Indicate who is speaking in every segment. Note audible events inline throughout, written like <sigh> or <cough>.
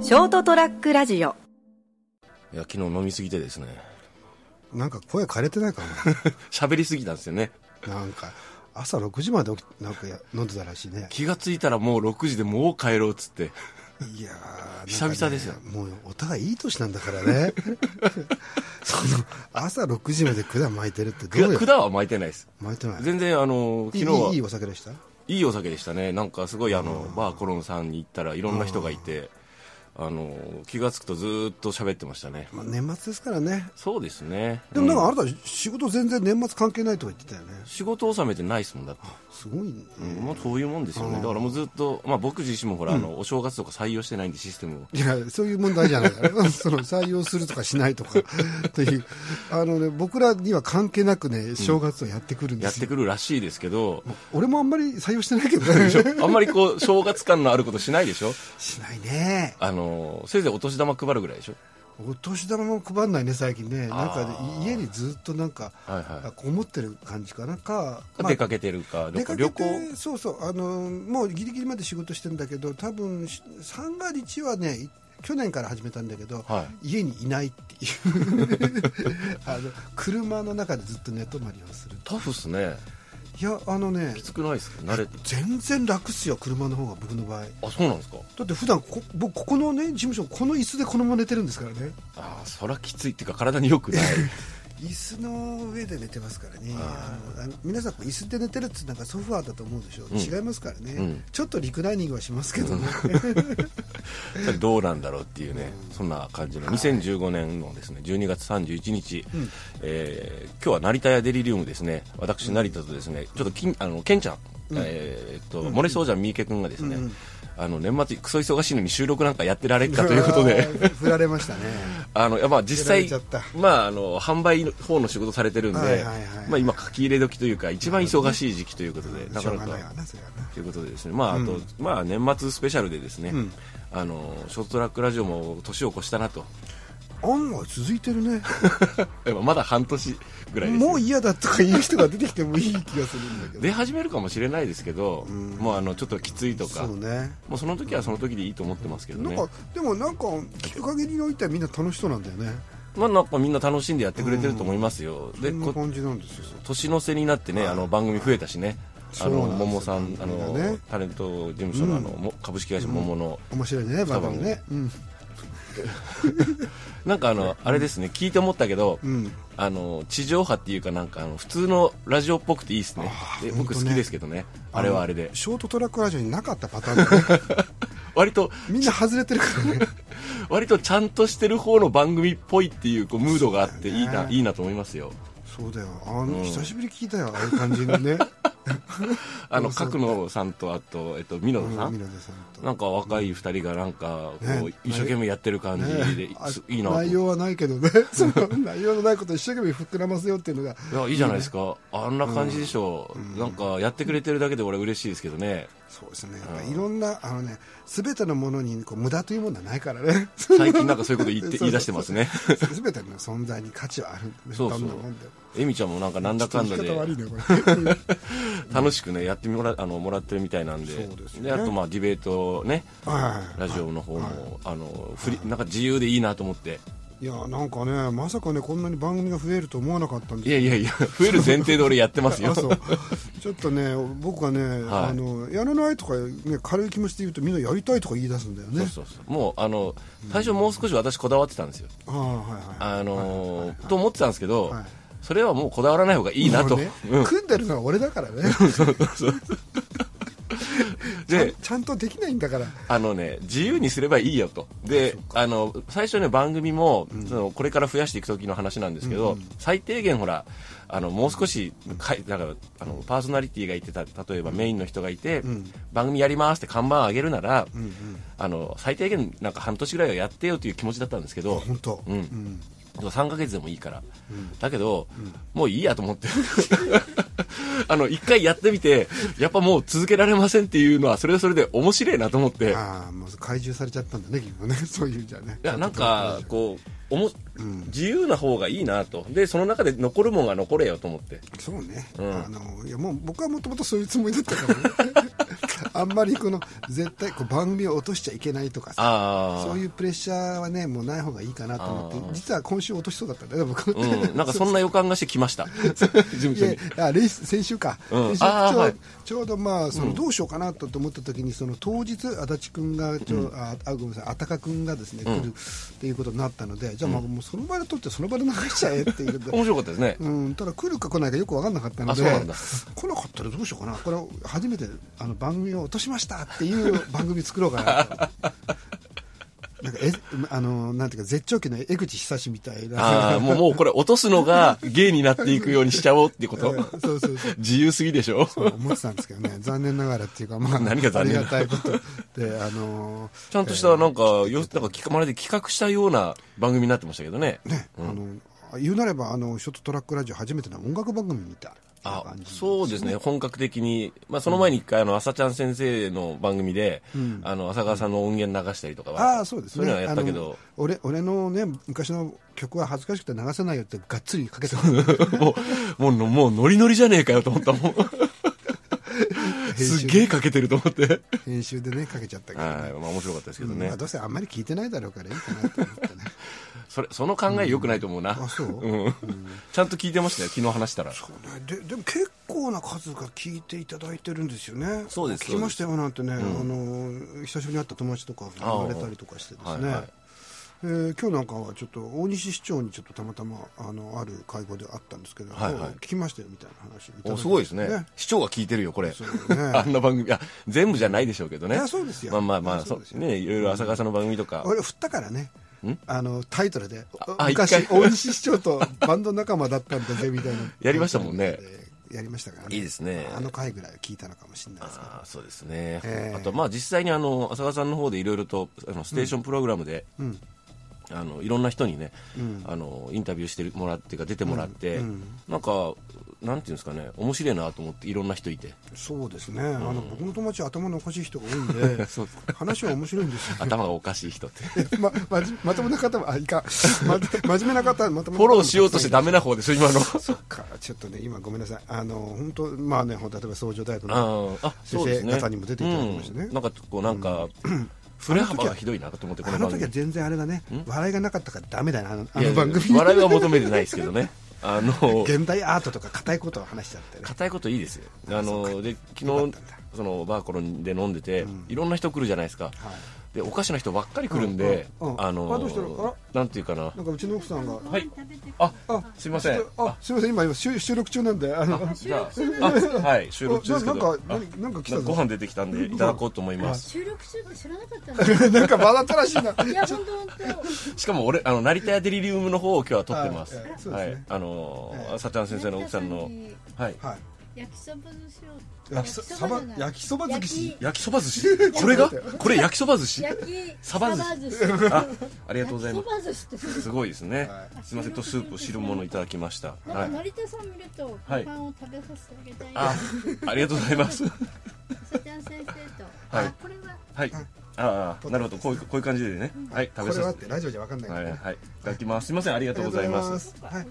Speaker 1: ショートトラックラジオ
Speaker 2: いや昨日飲みすぎてですね
Speaker 3: なんか声枯れてないか
Speaker 2: 喋りすぎたんですよね
Speaker 3: <laughs> ななんか朝6時まで起きなんかや飲んでたらしいね
Speaker 2: 気がついたらもう6時でもう帰ろうっつって
Speaker 3: いやーなんかね
Speaker 2: 久々ですよ
Speaker 3: もうお互いいい年なんだからね <laughs> その朝6時まで管巻いてるってどうよ
Speaker 2: く管は巻いてないです
Speaker 3: 巻いてない
Speaker 2: 全然あの
Speaker 3: いい
Speaker 2: 昨日はい
Speaker 3: いいい
Speaker 2: い
Speaker 3: お酒でした
Speaker 2: いお酒でしたねなんかすごいあのバーコロンさんに行ったらいろんな人がいてあの気がつくとずーっと喋ってましたね
Speaker 3: まあ、年末ですからね
Speaker 2: そうですね
Speaker 3: でもなん
Speaker 2: う
Speaker 3: かあなた仕事全然年末関係ないとか言ってたよね
Speaker 2: 仕事納めてないですもんだって
Speaker 3: すごいね
Speaker 2: うんもうそういうもんですよねだからもうずっと、まあ、僕自身もほら、あのお正月とか採用してないんでシステムを
Speaker 3: いや、そういう問題じゃない <laughs> から。その採用するとかしないとか、という。あのね、僕らには関係なくね、正月をやってくるんで
Speaker 2: やっ
Speaker 3: す
Speaker 2: て
Speaker 3: よ。
Speaker 2: くるらしいですけ
Speaker 3: <laughs>
Speaker 2: ど、
Speaker 3: 俺もあんまり採用してないけどね。
Speaker 2: あんまりこう正月感のあることしないでしょ
Speaker 3: <laughs> しないね。
Speaker 2: あのせいぜいお年玉配るぐらいでしょ
Speaker 3: お年玉も配んないね、最近ね。なんかね
Speaker 2: あー
Speaker 3: 家にずっとなんか、
Speaker 2: はいはい
Speaker 3: あこもってる感じかなんか。
Speaker 2: 出かけてるか、旅
Speaker 3: 出か
Speaker 2: 行
Speaker 3: け
Speaker 2: 旅
Speaker 3: て
Speaker 2: 行
Speaker 3: そうそうあのもうギリギリまで仕事してんだけど多分し三が日はねい去年から始めたんだけど、
Speaker 2: は
Speaker 3: 家にいないっていう <laughs> あの車の中でずっと寝泊まりをする
Speaker 2: タフっすね
Speaker 3: いやあのね
Speaker 2: きつくないっすか慣れて
Speaker 3: 全然楽っすよ車の方が僕の場合
Speaker 2: あそうなんですか
Speaker 3: だって普段こ僕ここのね事務所この椅子でこのまま寝てるんですからね
Speaker 2: ああそらきついっていうか体によ <laughs> くない
Speaker 3: 椅子の上で寝てますからね、あのあの皆さん、椅子で寝てるってなんかソファーだと思うでしょ、違いますからね、
Speaker 2: ん
Speaker 3: ちょっとリクライニングはしますけどね、
Speaker 2: それどうなんだろうっていうねそんな感じの2015年のですね12月31日、えー今日は成田屋デリリウムですね私成田とですねちょっときんあのケンちゃん、えーっと漏れそうじゃん三池君がですね、あの年末クソ忙しいのに収録なんかやってられっかということ <laughs> で
Speaker 3: <laughs> 振られましたね、
Speaker 2: あのいやまあ実際
Speaker 3: やられちゃっ、
Speaker 2: まあ、あの販売の方の仕事されてるんで、
Speaker 3: はいはいはい
Speaker 2: まあ、今、書き入れ時というか、一番忙しい時期ということで、な
Speaker 3: しょ
Speaker 2: か
Speaker 3: う
Speaker 2: な
Speaker 3: がないわ
Speaker 2: か。
Speaker 3: な、それはな。
Speaker 2: ということでですね、まあ、あと、まあ、年末スペシャルでですね、あのショートトラックラジオも年を越した
Speaker 3: <laughs>
Speaker 2: なと、
Speaker 3: 案外続いて
Speaker 2: <laughs>
Speaker 3: るね、
Speaker 2: やっぱまだ半年ぐらいです、
Speaker 3: もう嫌だとか言う人が出てきてもいい気がする
Speaker 2: <laughs>
Speaker 3: んだけど、
Speaker 2: 出始めるかもしれないですけど、もうあのちょっときついとか、
Speaker 3: そうね、
Speaker 2: もうその時はその時でいいと思ってますけど
Speaker 3: なん
Speaker 2: ね、
Speaker 3: かでもなんか、聞く限りにおいてはみんな楽しそうなんだよね、
Speaker 2: まあ、なんかみんな楽しんでやってくれてると思いますよ。
Speaker 3: そ
Speaker 2: で
Speaker 3: ん
Speaker 2: こ
Speaker 3: な感じなんですよ。
Speaker 2: 年の瀬になってね、あの番組増えたしね、あの
Speaker 3: そうなんですよ
Speaker 2: 桃さん、あ
Speaker 3: 番
Speaker 2: の
Speaker 3: 組がね
Speaker 2: タレント事務所のあの、も株式会社桃の、
Speaker 3: 面白いね、番組ね。うん
Speaker 2: なんかあの、あれですね、聞いて思ったけど、
Speaker 3: ん
Speaker 2: あの地上波っていうか、なんかあの普通のラジオっぽくていいですね、で僕、好
Speaker 3: ほ
Speaker 2: き
Speaker 3: んとね
Speaker 2: ですけどね、あれはあれで、
Speaker 3: ショートトラックラジオになかったパターンだね
Speaker 2: <laughs> 割と、
Speaker 3: みんな外れてるからね
Speaker 2: 割とちゃんとしてる方の番組っぽいっていうこうムードがあって、いいな、
Speaker 3: ね
Speaker 2: いいなと思いますよ。
Speaker 3: そうだよあの、久しぶり聞いたよああいう感じのね
Speaker 2: あの
Speaker 3: そうそう
Speaker 2: 角野さんとあと、えっと、美濃さ
Speaker 3: うん
Speaker 2: ん
Speaker 3: 皆さんと
Speaker 2: なんか若い二人がなんかこう
Speaker 3: ね
Speaker 2: 一生懸命やってる感じで、
Speaker 3: ねあ
Speaker 2: すいいなと思って
Speaker 3: 内容はないけど
Speaker 2: <laughs>
Speaker 3: ねその内容のないことを一生懸命膨らませようっていうのが
Speaker 2: いやいいじゃないですか、あんな感じでしょう、なんかやってくれてるだけで俺、嬉しいですけどね、 <laughs>
Speaker 3: そうですねやっぱいろんなあのね全てのものにこう無駄というものはないからね
Speaker 2: 最近なんかそういうこと言っ
Speaker 3: そうそ
Speaker 2: て
Speaker 3: う
Speaker 2: 言い出してますね、
Speaker 3: 全ての存在に価値はある
Speaker 2: そうそう
Speaker 3: どんなもんでも
Speaker 2: えみちゃんもなんかなんだか <laughs> んだ
Speaker 3: ちょっと言い
Speaker 2: で、
Speaker 3: 方悪いねこれ
Speaker 2: 楽しくね、やってもらあのもらってるみたいなんで、
Speaker 3: そうですよね
Speaker 2: であとまあディベートね、
Speaker 3: はい
Speaker 2: ラジオの方も、あのフリなんか自由でいいなと思って、
Speaker 3: いやなんかねまさかねこんなに番組が増えると思わなかったんです
Speaker 2: いやいやいや、 <laughs> 増える前提で俺、やってますよ
Speaker 3: あ、そうちょっとね僕はね、
Speaker 2: はい
Speaker 3: あのやらないとか、ね、軽い気持ちで言うとみんなやりたいとか言い出すんだよ
Speaker 2: そう
Speaker 3: ね
Speaker 2: そうそうもうあの最初、もう少し私、こだわってたんですよ、
Speaker 3: ああはいはい
Speaker 2: あのと思ってたんですけど
Speaker 3: はい、
Speaker 2: それはもうこだわらない方がいいなと。
Speaker 3: もうね
Speaker 2: うん
Speaker 3: 組んでるのは俺だ
Speaker 2: <laughs>
Speaker 3: からね
Speaker 2: で
Speaker 3: ちゃんとできないんだから
Speaker 2: あのね、自由にすればいいよと。で、あの、最初ね、番組も、そのこれから増やしていく時の話なんですけど、最低限ほら、あの、もう少し、かい、なんか、あの、パーソナリティがいてた、例えばメインの人がいて、番組やりますって看板上げるなら、あの、最低限なんか半年ぐらいはやってよという気持ちだったんですけど、
Speaker 3: 本当、
Speaker 2: うん3ヶ月でもいいから、だけど、もういいやと思って <laughs> あの1回やってみてやっぱもう続けられませんっていうのはそれはそれで面白いなと思ってい
Speaker 3: ああもう怪獣されちゃったんだね結局ね <laughs> そういうじゃね
Speaker 2: やなんかこうおも、自由な方がいいなとでその中で残るもんが残れよと思って
Speaker 3: そうね、
Speaker 2: ん <laughs>
Speaker 3: あのいやもう僕はもともとそういうつもりだったからねああんまりこの絶対こう番組を落としちゃいけないとかさ
Speaker 2: ああ
Speaker 3: そういうプレッシャーはねもうない方がいいかなと思って実は今週落としそうだっ
Speaker 2: <laughs>
Speaker 3: たんだよ僕、
Speaker 2: うん、なんかそんな予感がしてきました事務
Speaker 3: い
Speaker 2: 所
Speaker 3: や
Speaker 2: に
Speaker 3: あレース先週か、
Speaker 2: うん
Speaker 3: 先週ちょ
Speaker 2: あーはいう
Speaker 3: ちょうど、まあ、そのどうしようかなと思った時にその当日、足立君がちょ、ああごめんなさい、あたか君がです、ね来るっていうことになったので、じゃあ、まあもうその場で撮って、その場で流しちゃえっていうことで
Speaker 2: 面白かったですね、
Speaker 3: うん、ただ来るか来ないかよく分かんなかったの
Speaker 2: あ
Speaker 3: で
Speaker 2: そうなんだ
Speaker 3: 来なかったらどうしようかなこれ初めてあの番組を落としましたっ
Speaker 2: <laughs>
Speaker 3: ていう番組作ろうかなとなんかえあのなんていうか絶頂期の江口久志みたい
Speaker 2: ああ
Speaker 3: な
Speaker 2: もうもうこれ落とすのが芸になっていくようにしちゃおうってこと
Speaker 3: そうそうそう
Speaker 2: 自由すぎでしょ
Speaker 3: 思ってたんですけどね残念ながらっていうか、まあ、
Speaker 2: 何が残念な
Speaker 3: ありがたいことで、あの
Speaker 2: ちゃんとしたなんかよなんか企画まるで企画したような番組になってましたけどね
Speaker 3: ーねあの言うなればあのショートトラックラジオ初めての音楽番組みたいな
Speaker 2: あ
Speaker 3: 感じ
Speaker 2: そうですね、本格的に、まあ、その前に一回、あの朝ちゃん先生の番組で、あの浅川さんの音源流したりとかは、
Speaker 3: ああそうですね
Speaker 2: いうのはやったけど、
Speaker 3: あの俺俺のね昔の曲は恥ずかしくて流せないよってがっつりかけて
Speaker 2: もう、もう、もうノリノリじゃねえかよと思ったもん、すっげえかけてると思って、はい
Speaker 3: 編集でねかけちゃったけど、ね
Speaker 2: まあ面白かったですけど
Speaker 3: うんま
Speaker 2: ね
Speaker 3: あ、どうせあんまり聞いてないだろうからいいかなと思ってね
Speaker 2: それその考え、よくないと思うな、
Speaker 3: あそう、
Speaker 2: うん、ちゃんと聞いてましたよ、昨日話したら。
Speaker 3: そうね <laughs> ででも結構な数が聞いていただいてるんですよね
Speaker 2: そうです
Speaker 3: 聞きましたよなんてね、あの久しぶりに会った友達とか言われたりとかしてですね
Speaker 2: ああはいはい
Speaker 3: えー今日なんかはちょっと大西市長にちょっとたまたまあのある会合で会ったんですけど、
Speaker 2: はいはい
Speaker 3: 聞きましたよみたいな話をただいて
Speaker 2: おすごいですね市長が聞いてるよ、これ、
Speaker 3: そうね
Speaker 2: あんな番組、あ全部じゃないでしょうけどね、
Speaker 3: いやそうですよ
Speaker 2: まあまあまあ、
Speaker 3: いやそう
Speaker 2: そ
Speaker 3: ですよ
Speaker 2: ね、いろいろ浅川さんの番組とか、
Speaker 3: 俺振ったからねあのタイトルで
Speaker 2: あ
Speaker 3: 昔
Speaker 2: 一回
Speaker 3: 大西市長とバンド仲間だったんだぜみたいな
Speaker 2: <laughs> やりましたもんね
Speaker 3: えーやりましたから、
Speaker 2: いいですね
Speaker 3: あの回ぐらいは聞いたのかもしれないですけど
Speaker 2: あーそうですね、
Speaker 3: えー
Speaker 2: あとまあ実際にあの浅川さんの方でいろいろとあのステーションプログラムで、あのいろんな人にね、あのインタビューしてもらってか出てもらって、なんかなんていうんですかね面白いなと思っていろんな人いて
Speaker 3: そうですね、あの僕の友達は頭のおかしい人が多いん
Speaker 2: <laughs>
Speaker 3: で話は面白いんですよ
Speaker 2: 頭がおかしい人って
Speaker 3: <laughs> ままじまともな方はあ
Speaker 2: <laughs>
Speaker 3: いかん、ま、真面目な方はまともな方
Speaker 2: フォローしようとしてダメな方でしょ今の
Speaker 3: そっかちょっとね今ごめんなさいあの本当まあねほん例えば創業大学
Speaker 2: <laughs> あ
Speaker 3: の
Speaker 2: ーあそうですね
Speaker 3: 先生方にも出ていただきましたね
Speaker 2: うんなんかこうなんか、振れ幅がひどいなと思ってこ
Speaker 3: あ
Speaker 2: の
Speaker 3: の
Speaker 2: 番
Speaker 3: 時
Speaker 2: 組
Speaker 3: は全然あれだね笑いがなかったからダメだなあのあ
Speaker 2: いや
Speaker 3: の
Speaker 2: いや
Speaker 3: 番組
Speaker 2: 笑いは求めてないですけどねあの
Speaker 3: <laughs> 現代アートとか硬いことを話しちゃってね
Speaker 2: 硬いこといいですよあので
Speaker 3: よか
Speaker 2: 昨日
Speaker 3: ったんだ
Speaker 2: そのバーコロンで飲んでて、いろんな人来るじゃないですか、でおかしな人ばっかり来るんで、
Speaker 3: うんうん
Speaker 2: あの
Speaker 3: あどうしたの
Speaker 2: なんていうかな
Speaker 3: なんかうちの奥さんが
Speaker 2: はいあすいません
Speaker 3: あすいません今今収収録中なんであの
Speaker 2: じゃああはい収録中ですけ
Speaker 3: なな
Speaker 2: ど
Speaker 3: んか何なんか来た
Speaker 2: あ
Speaker 3: の
Speaker 2: ご飯出てきたんでいただこうと思います
Speaker 1: 収録中って知らなかったんだよ
Speaker 3: <laughs> なんかまだたらしいな
Speaker 1: いや本当本
Speaker 2: しかも俺あの成田屋デリリウムの方を今日は撮ってます
Speaker 3: あええそうですね
Speaker 2: はいあのさちゃん
Speaker 1: 当
Speaker 2: 先生の奥さんのはい
Speaker 3: はい
Speaker 1: 焼きそばのし
Speaker 2: <laughs>
Speaker 1: ろ
Speaker 3: 焼きそサバ
Speaker 1: じゃない
Speaker 3: 焼きそば尽くし
Speaker 1: 焼
Speaker 2: 焼きそば寿司これがこれ焼きそば寿司
Speaker 1: 焼き
Speaker 2: サバ寿司
Speaker 1: 司あ
Speaker 2: あありがとうございます
Speaker 1: そば寿司って
Speaker 2: すごいですね
Speaker 3: は。
Speaker 2: すみませんとスープ汁物いただきました。は
Speaker 1: なんか
Speaker 2: い。
Speaker 1: 成田さん見るとご
Speaker 2: はい
Speaker 1: 飯を食べさせてあげたい
Speaker 2: あ
Speaker 1: な、
Speaker 2: ありがとうございます。
Speaker 1: さちゃん先生と
Speaker 2: はい
Speaker 1: あこれは
Speaker 2: はい。ああ、なるほど。こういうこういう感じでね。はい。
Speaker 3: こ
Speaker 2: 食べ
Speaker 3: れは
Speaker 2: さ
Speaker 3: っ
Speaker 2: せ
Speaker 3: て
Speaker 2: て。
Speaker 3: ラジオじゃわかんないか
Speaker 2: は
Speaker 3: ら
Speaker 2: い
Speaker 3: ね
Speaker 2: はい。いただきます。すみません。ありがとうございます。
Speaker 3: はいはい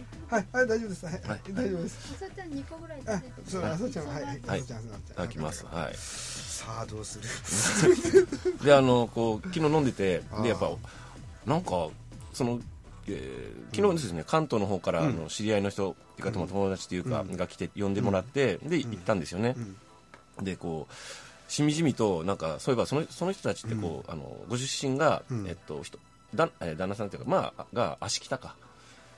Speaker 3: はい大丈夫ですはい、はい、大丈夫です
Speaker 1: さちゃん2個ぐらい食
Speaker 3: あ
Speaker 1: べて
Speaker 3: そうあそうちゃんはいはい
Speaker 2: はい
Speaker 3: あそうちゃんそうちゃん
Speaker 2: いただきます。はい。
Speaker 3: さあどうする
Speaker 2: であのこう昨日飲んでてでやっぱなんかその、えー昨日ですね、関東の方からあの知り合いの人っていうか、友達っていうか、が来て呼んでもらって、で行ったんですよね、でこうしみじみとなんかそういえばそのその人たちってこう、あのご出身が、えっと人だえー旦那さんっていうかまあが足北か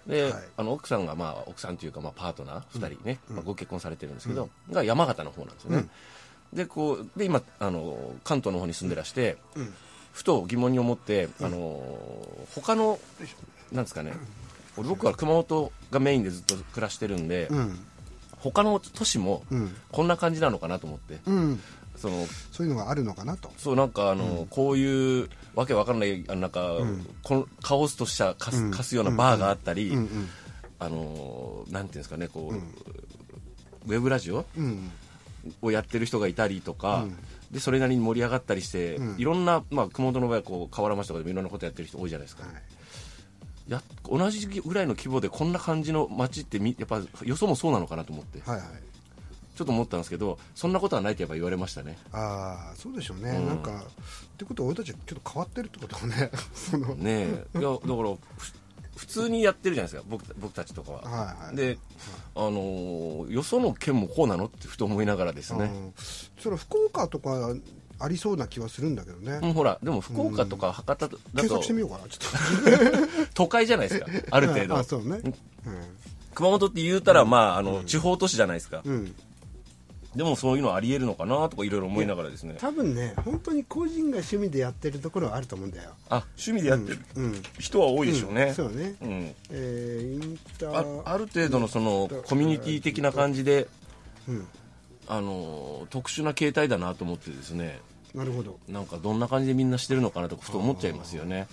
Speaker 2: で、
Speaker 3: はい
Speaker 2: あの奥さんが、まあ、奥さんというか、まあ、パートナー2人ね、まあ、ご結婚されてるんですけど、が山形の方なんですよね、でこうで今あの関東の方に住んでらして、ふと疑問に思って、あの他のなんですかね俺僕は熊本がメインでずっと暮らしてるんで、
Speaker 3: うん
Speaker 2: 他の都市も
Speaker 3: うん
Speaker 2: こんな感じなのかなと思って、
Speaker 3: うん
Speaker 2: その
Speaker 3: そういうのがあるのかなと
Speaker 2: そうなんかあの、こういうわけわかんないあのなんか、このカオスとしたかす,、かすようなバーがあったり、あのなんていうんですかねこう、ウェブラジオ
Speaker 3: うん
Speaker 2: をやってる人がいたりとか、でそれなりに盛り上がったりして、いろんな、まあ、熊本の場合はこう河原町とかでもいろんなことやってる人多いじゃないですか、や同じぐらいの規模でこんな感じの街ってみやっぱよそもそうなのかなと思って
Speaker 3: はいはい
Speaker 2: ちょっと思ったんですけどそんなことはないってやっぱ言われましたね
Speaker 3: ああそうでしょうね、なんかってことは俺たちちょっと変わってるってことね <laughs> その
Speaker 2: ねえいやだからふ普通にやってるじゃないですか僕僕たちとかは、
Speaker 3: はいはい
Speaker 2: で、あのーよその県もこうなのってふと思いながらですね、
Speaker 3: うんそれ福岡とかありそうな気はするんだけどね、
Speaker 2: もうほらでも福岡とか博多だ
Speaker 3: 検索してみ
Speaker 2: と
Speaker 3: ようかなちょっと
Speaker 2: 都会じゃないですか <laughs> ある程
Speaker 3: あ
Speaker 2: 度
Speaker 3: <laughs> そうね
Speaker 2: 熊本って言うたら、まああの地方都市じゃないですか、
Speaker 3: うん、うん、
Speaker 2: でもそういうのありえるのかなとかいろいろ思いながらですね
Speaker 3: 多分ね本当に個人が趣味でやってるところはあると思うんだよ
Speaker 2: あ趣味でやってる
Speaker 3: うん
Speaker 2: 人は多いでしょうね、
Speaker 3: うんそうね、
Speaker 2: うん
Speaker 3: えー、インタ
Speaker 2: あ
Speaker 3: ー
Speaker 2: ある程度のそのコミュニティ的な感じで、
Speaker 3: うん
Speaker 2: あの特殊な形態だなと思ってですね
Speaker 3: なるほど
Speaker 2: なんかどんな感じでみんなしてるのかなとかふと思っちゃいますよね。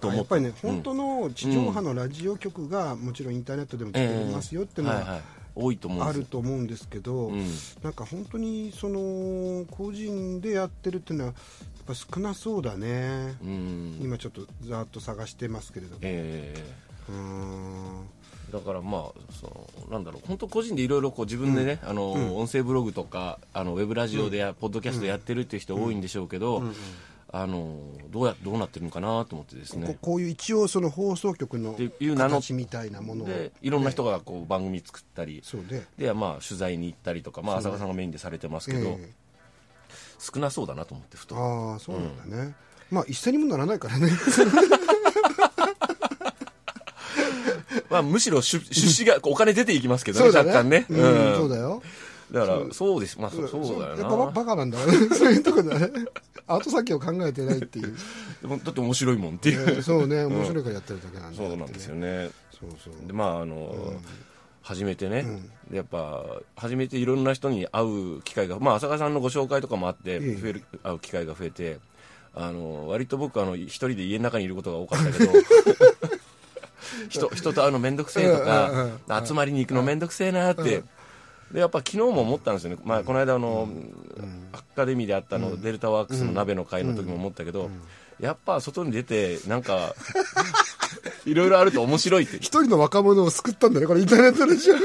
Speaker 2: と
Speaker 3: あや
Speaker 2: 思
Speaker 3: っぱりね、
Speaker 2: うん
Speaker 3: 本当の地上波のラジオ局がもちろんインターネットでも聞けますよっていうの
Speaker 2: はいは、
Speaker 3: はい
Speaker 2: 多いと思うん
Speaker 3: あ
Speaker 2: です
Speaker 3: ると思うんですけど、
Speaker 2: ん
Speaker 3: なんか本当にその個人でやってるっていうのはやっぱ少なそうだね、
Speaker 2: うん
Speaker 3: 今ちょっとざーっと探してますけれども
Speaker 2: え
Speaker 3: うーん
Speaker 2: えだからまあそのなんだろう本当個人でいろいろこう自分でね、あの音声ブログとかあのウェブラジオでや、ポッドキャストやってるっていう人多いんでしょうけど、あのどうやどうなってるのかなと思ってですね。
Speaker 3: ここういう一応その放送局の
Speaker 2: っていう名の
Speaker 3: 形みたいなものを
Speaker 2: でいろんな人がこう番組作ったり、
Speaker 3: そうで
Speaker 2: でまあ取材に行ったりとか、まあ、浅香さんがメインでされてますけど、
Speaker 3: え
Speaker 2: 少なそうだなと思ってふ
Speaker 3: え
Speaker 2: と
Speaker 3: ああそうなんだね、まあ一斉にもならないか
Speaker 2: <laughs>
Speaker 3: らね
Speaker 2: まあ、むしろ出出資が、こうお金出ていきますけど
Speaker 3: そ
Speaker 2: ね、
Speaker 3: うだ
Speaker 2: 若
Speaker 3: ね
Speaker 2: 干ね。
Speaker 3: うんそうだよ
Speaker 2: だから、そうです。まあ、そうそうだよ
Speaker 3: やっぱバ
Speaker 2: な。
Speaker 3: バカなんだよね <laughs> そういうとこだね後先を考えてないっていう、
Speaker 2: <laughs> でもだって面白いもんって
Speaker 3: え
Speaker 2: いう。
Speaker 3: えそうね面白いからやってるだけなんだ
Speaker 2: そうなん
Speaker 3: ってね
Speaker 2: ですよね。
Speaker 3: そうそう
Speaker 2: で、まあ、あの、初めてね、でやっぱ初めていろんな人に会う機会が、まあ、浅香さんのご紹介とかもあって
Speaker 3: ええ
Speaker 2: 増える会う機会が増えてあの割と僕あの一人で家の中にいることが多かった
Speaker 3: <laughs>
Speaker 2: けど人人と会うの面倒くせえと
Speaker 3: うんうん
Speaker 2: か、集まりに行くの面倒くせえなって、でやっぱ昨日も思ったんですよね、まあ、この間あの、アカデミーであったの、デルタワークスの鍋の会の時も思ったけど、やっぱ外に出てなんか <laughs> いろいろあると面白いって
Speaker 3: 一人の若者を救ったんだねこれインターネット
Speaker 2: <laughs>
Speaker 3: ラジオ
Speaker 2: い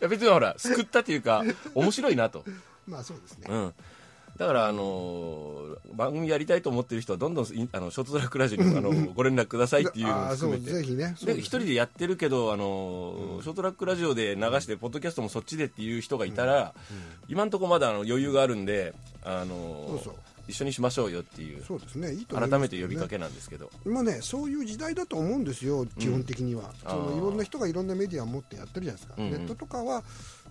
Speaker 2: や別にほら救ったというか面白いなと、
Speaker 3: まあそうですね
Speaker 2: うん、だから、あのー番組やりたいと思ってる人はどんどんいあのショートトラックラジオにあのご連絡くださいっていうのを
Speaker 3: ああそ
Speaker 2: 含め
Speaker 3: う
Speaker 2: て
Speaker 3: ぜひねそう
Speaker 2: で
Speaker 3: で
Speaker 2: 一
Speaker 3: す
Speaker 2: 人でやってるけど、あのーショートトラックラジオで流して、ポッドキャストもそっちでっていう人がいたら、今のところまだあの余裕があるんで、あのー
Speaker 3: そうそう
Speaker 2: 一緒にしましょうよっていう
Speaker 3: そうですねいいと思い
Speaker 2: 改
Speaker 3: ます
Speaker 2: めて呼びかけなんですけど、
Speaker 3: 今ねそういう時代だと思うんですよ基本的には、そ
Speaker 2: あ
Speaker 3: の
Speaker 2: ー
Speaker 3: いろんな人がいろんなメディアを持ってやってるじゃないですか、
Speaker 2: うんうん
Speaker 3: ネットとかは、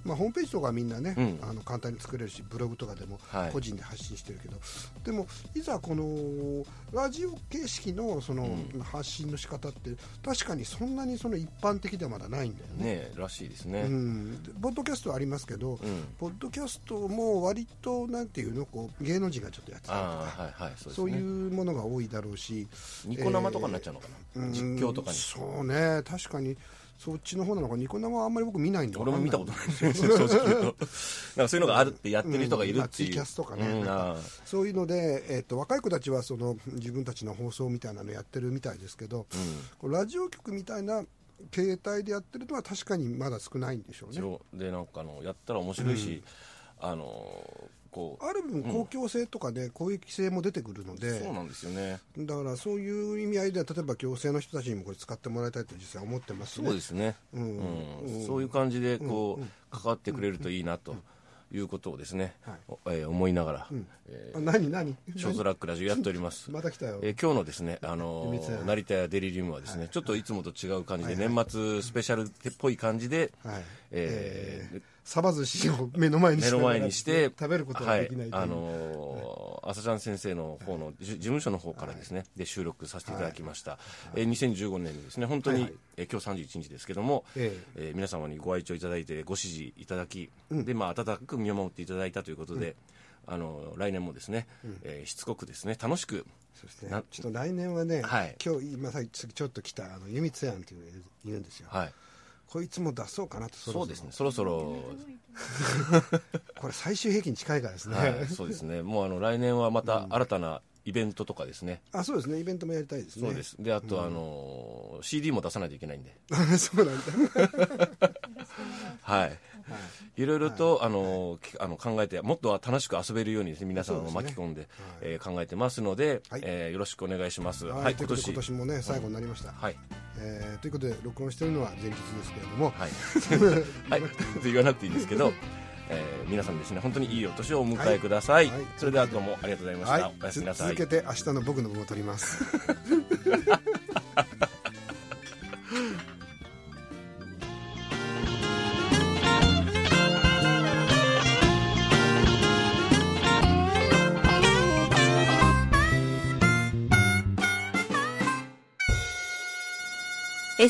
Speaker 3: まあ、ホームページとかはみんなね、
Speaker 2: うん
Speaker 3: あの簡単に作れるしブログとかでも
Speaker 2: はい
Speaker 3: 個人で発信してるけど、でもいざこのラジオ形式のその、発信の仕方って確かにそんなにその一般的ではまだないんだよね
Speaker 2: ねえらしいですね。
Speaker 3: うん、でポッドキャストはありますけど、
Speaker 2: ん
Speaker 3: ポッドキャストも割となんていうのこう芸能人がちょっとやっ
Speaker 2: あ
Speaker 3: てたりとか
Speaker 2: あはいはいそうです
Speaker 3: そう
Speaker 2: ね
Speaker 3: いうものが多いだろうし
Speaker 2: ニコ生とかになっちゃうのかな、
Speaker 3: うん
Speaker 2: 実況とかに
Speaker 3: そうね確かにそっちの方なのかニコ生はあんまり僕見ないんで
Speaker 2: 俺も見たこと
Speaker 3: い
Speaker 2: ないですよ正直言うと <laughs> なんかそういうのがあるってやってる人がいるっていう、
Speaker 3: うんあツイキャスとかね
Speaker 2: うんああ
Speaker 3: そういうので、えっと若い子たちはその自分たちの放送みたいなのやってるみたいですけど、こうラジオ局みたいな携帯でやってるのは確かにまだ少ないんでしょうね
Speaker 2: でなんかあのやったら面白いし、あのこう
Speaker 3: ある分公共性とかね、公益性も出てくるので
Speaker 2: そうなんですよね
Speaker 3: だからそういう意味合いでは例えば行政の人たちにもこれ使ってもらいたいと実際思ってますね
Speaker 2: そうですね、う
Speaker 3: うんん
Speaker 2: そういう感じでこう、関わってくれるといいなということをですね、えー思いながら、え
Speaker 3: あ何何
Speaker 2: ーショートトラックラジオやっております
Speaker 3: また来たよ
Speaker 2: えー今日のですね、あの
Speaker 3: 秘密
Speaker 2: ー成田やデリリウムはですね、ちょっといつもと違う感じで、年末スペシャルっぽい感じで、
Speaker 3: はい
Speaker 2: えー
Speaker 3: サバ寿司を目の前にし
Speaker 2: 目
Speaker 3: な
Speaker 2: の
Speaker 3: がら
Speaker 2: 前にして、
Speaker 3: <laughs> 食べることができないという
Speaker 2: はあのー、朝ちゃん先生の方の、じゅ事務所の方からですね、で収録させていただきました。えー2015年にですね、本当に、えー今日31日ですけども、
Speaker 3: え
Speaker 2: えー皆様にご愛聴いただいて、ご支持いただき、で、まあ、温かく見守っていただいたということで、あのー来年もですね、えーしつこくですね、楽しく、
Speaker 3: そうですね
Speaker 2: な
Speaker 3: ちょっと来年はね、
Speaker 2: はい
Speaker 3: 今日今さっきちょっと来たあの弓津庵っていうのがいるんですよ、
Speaker 2: はい。
Speaker 3: こいつも出そうかなとそろ
Speaker 2: そうで
Speaker 3: そろ
Speaker 2: すね、そろそろ、
Speaker 3: これ最終平均近いからですね、
Speaker 2: はい、そうですね、もうあの、来年はまた新たなイベントとかですね、
Speaker 3: あそうですねイベントもやりたいですね
Speaker 2: そう
Speaker 3: <laughs>
Speaker 2: です。で、あと、あのー、CD も出さないといけないんで、
Speaker 3: あそうなんだ
Speaker 2: はい。いろいろと、あの、きあの考えて、もっと楽しく遊べるようにですね皆さんを巻き込んで、えー考えてますので、
Speaker 3: はい
Speaker 2: えーよろしくお願いします。
Speaker 3: はい
Speaker 2: はい、
Speaker 3: とい
Speaker 2: 今
Speaker 3: うことで
Speaker 2: 年。
Speaker 3: 今年もね最後になりました、
Speaker 2: はい。
Speaker 3: えーということで録音してるのは前日ですけれども、
Speaker 2: はい。はい。 <laughs> と言わなくていいんですけど、えー皆さんですね、本当にいいお年をお迎えください。
Speaker 3: はいはい
Speaker 2: それではどうもありがとうございました。
Speaker 3: はい
Speaker 2: おやす
Speaker 3: つ
Speaker 2: みなさ
Speaker 3: 続
Speaker 2: い。
Speaker 3: けて明日の僕の分を取ります
Speaker 4: ー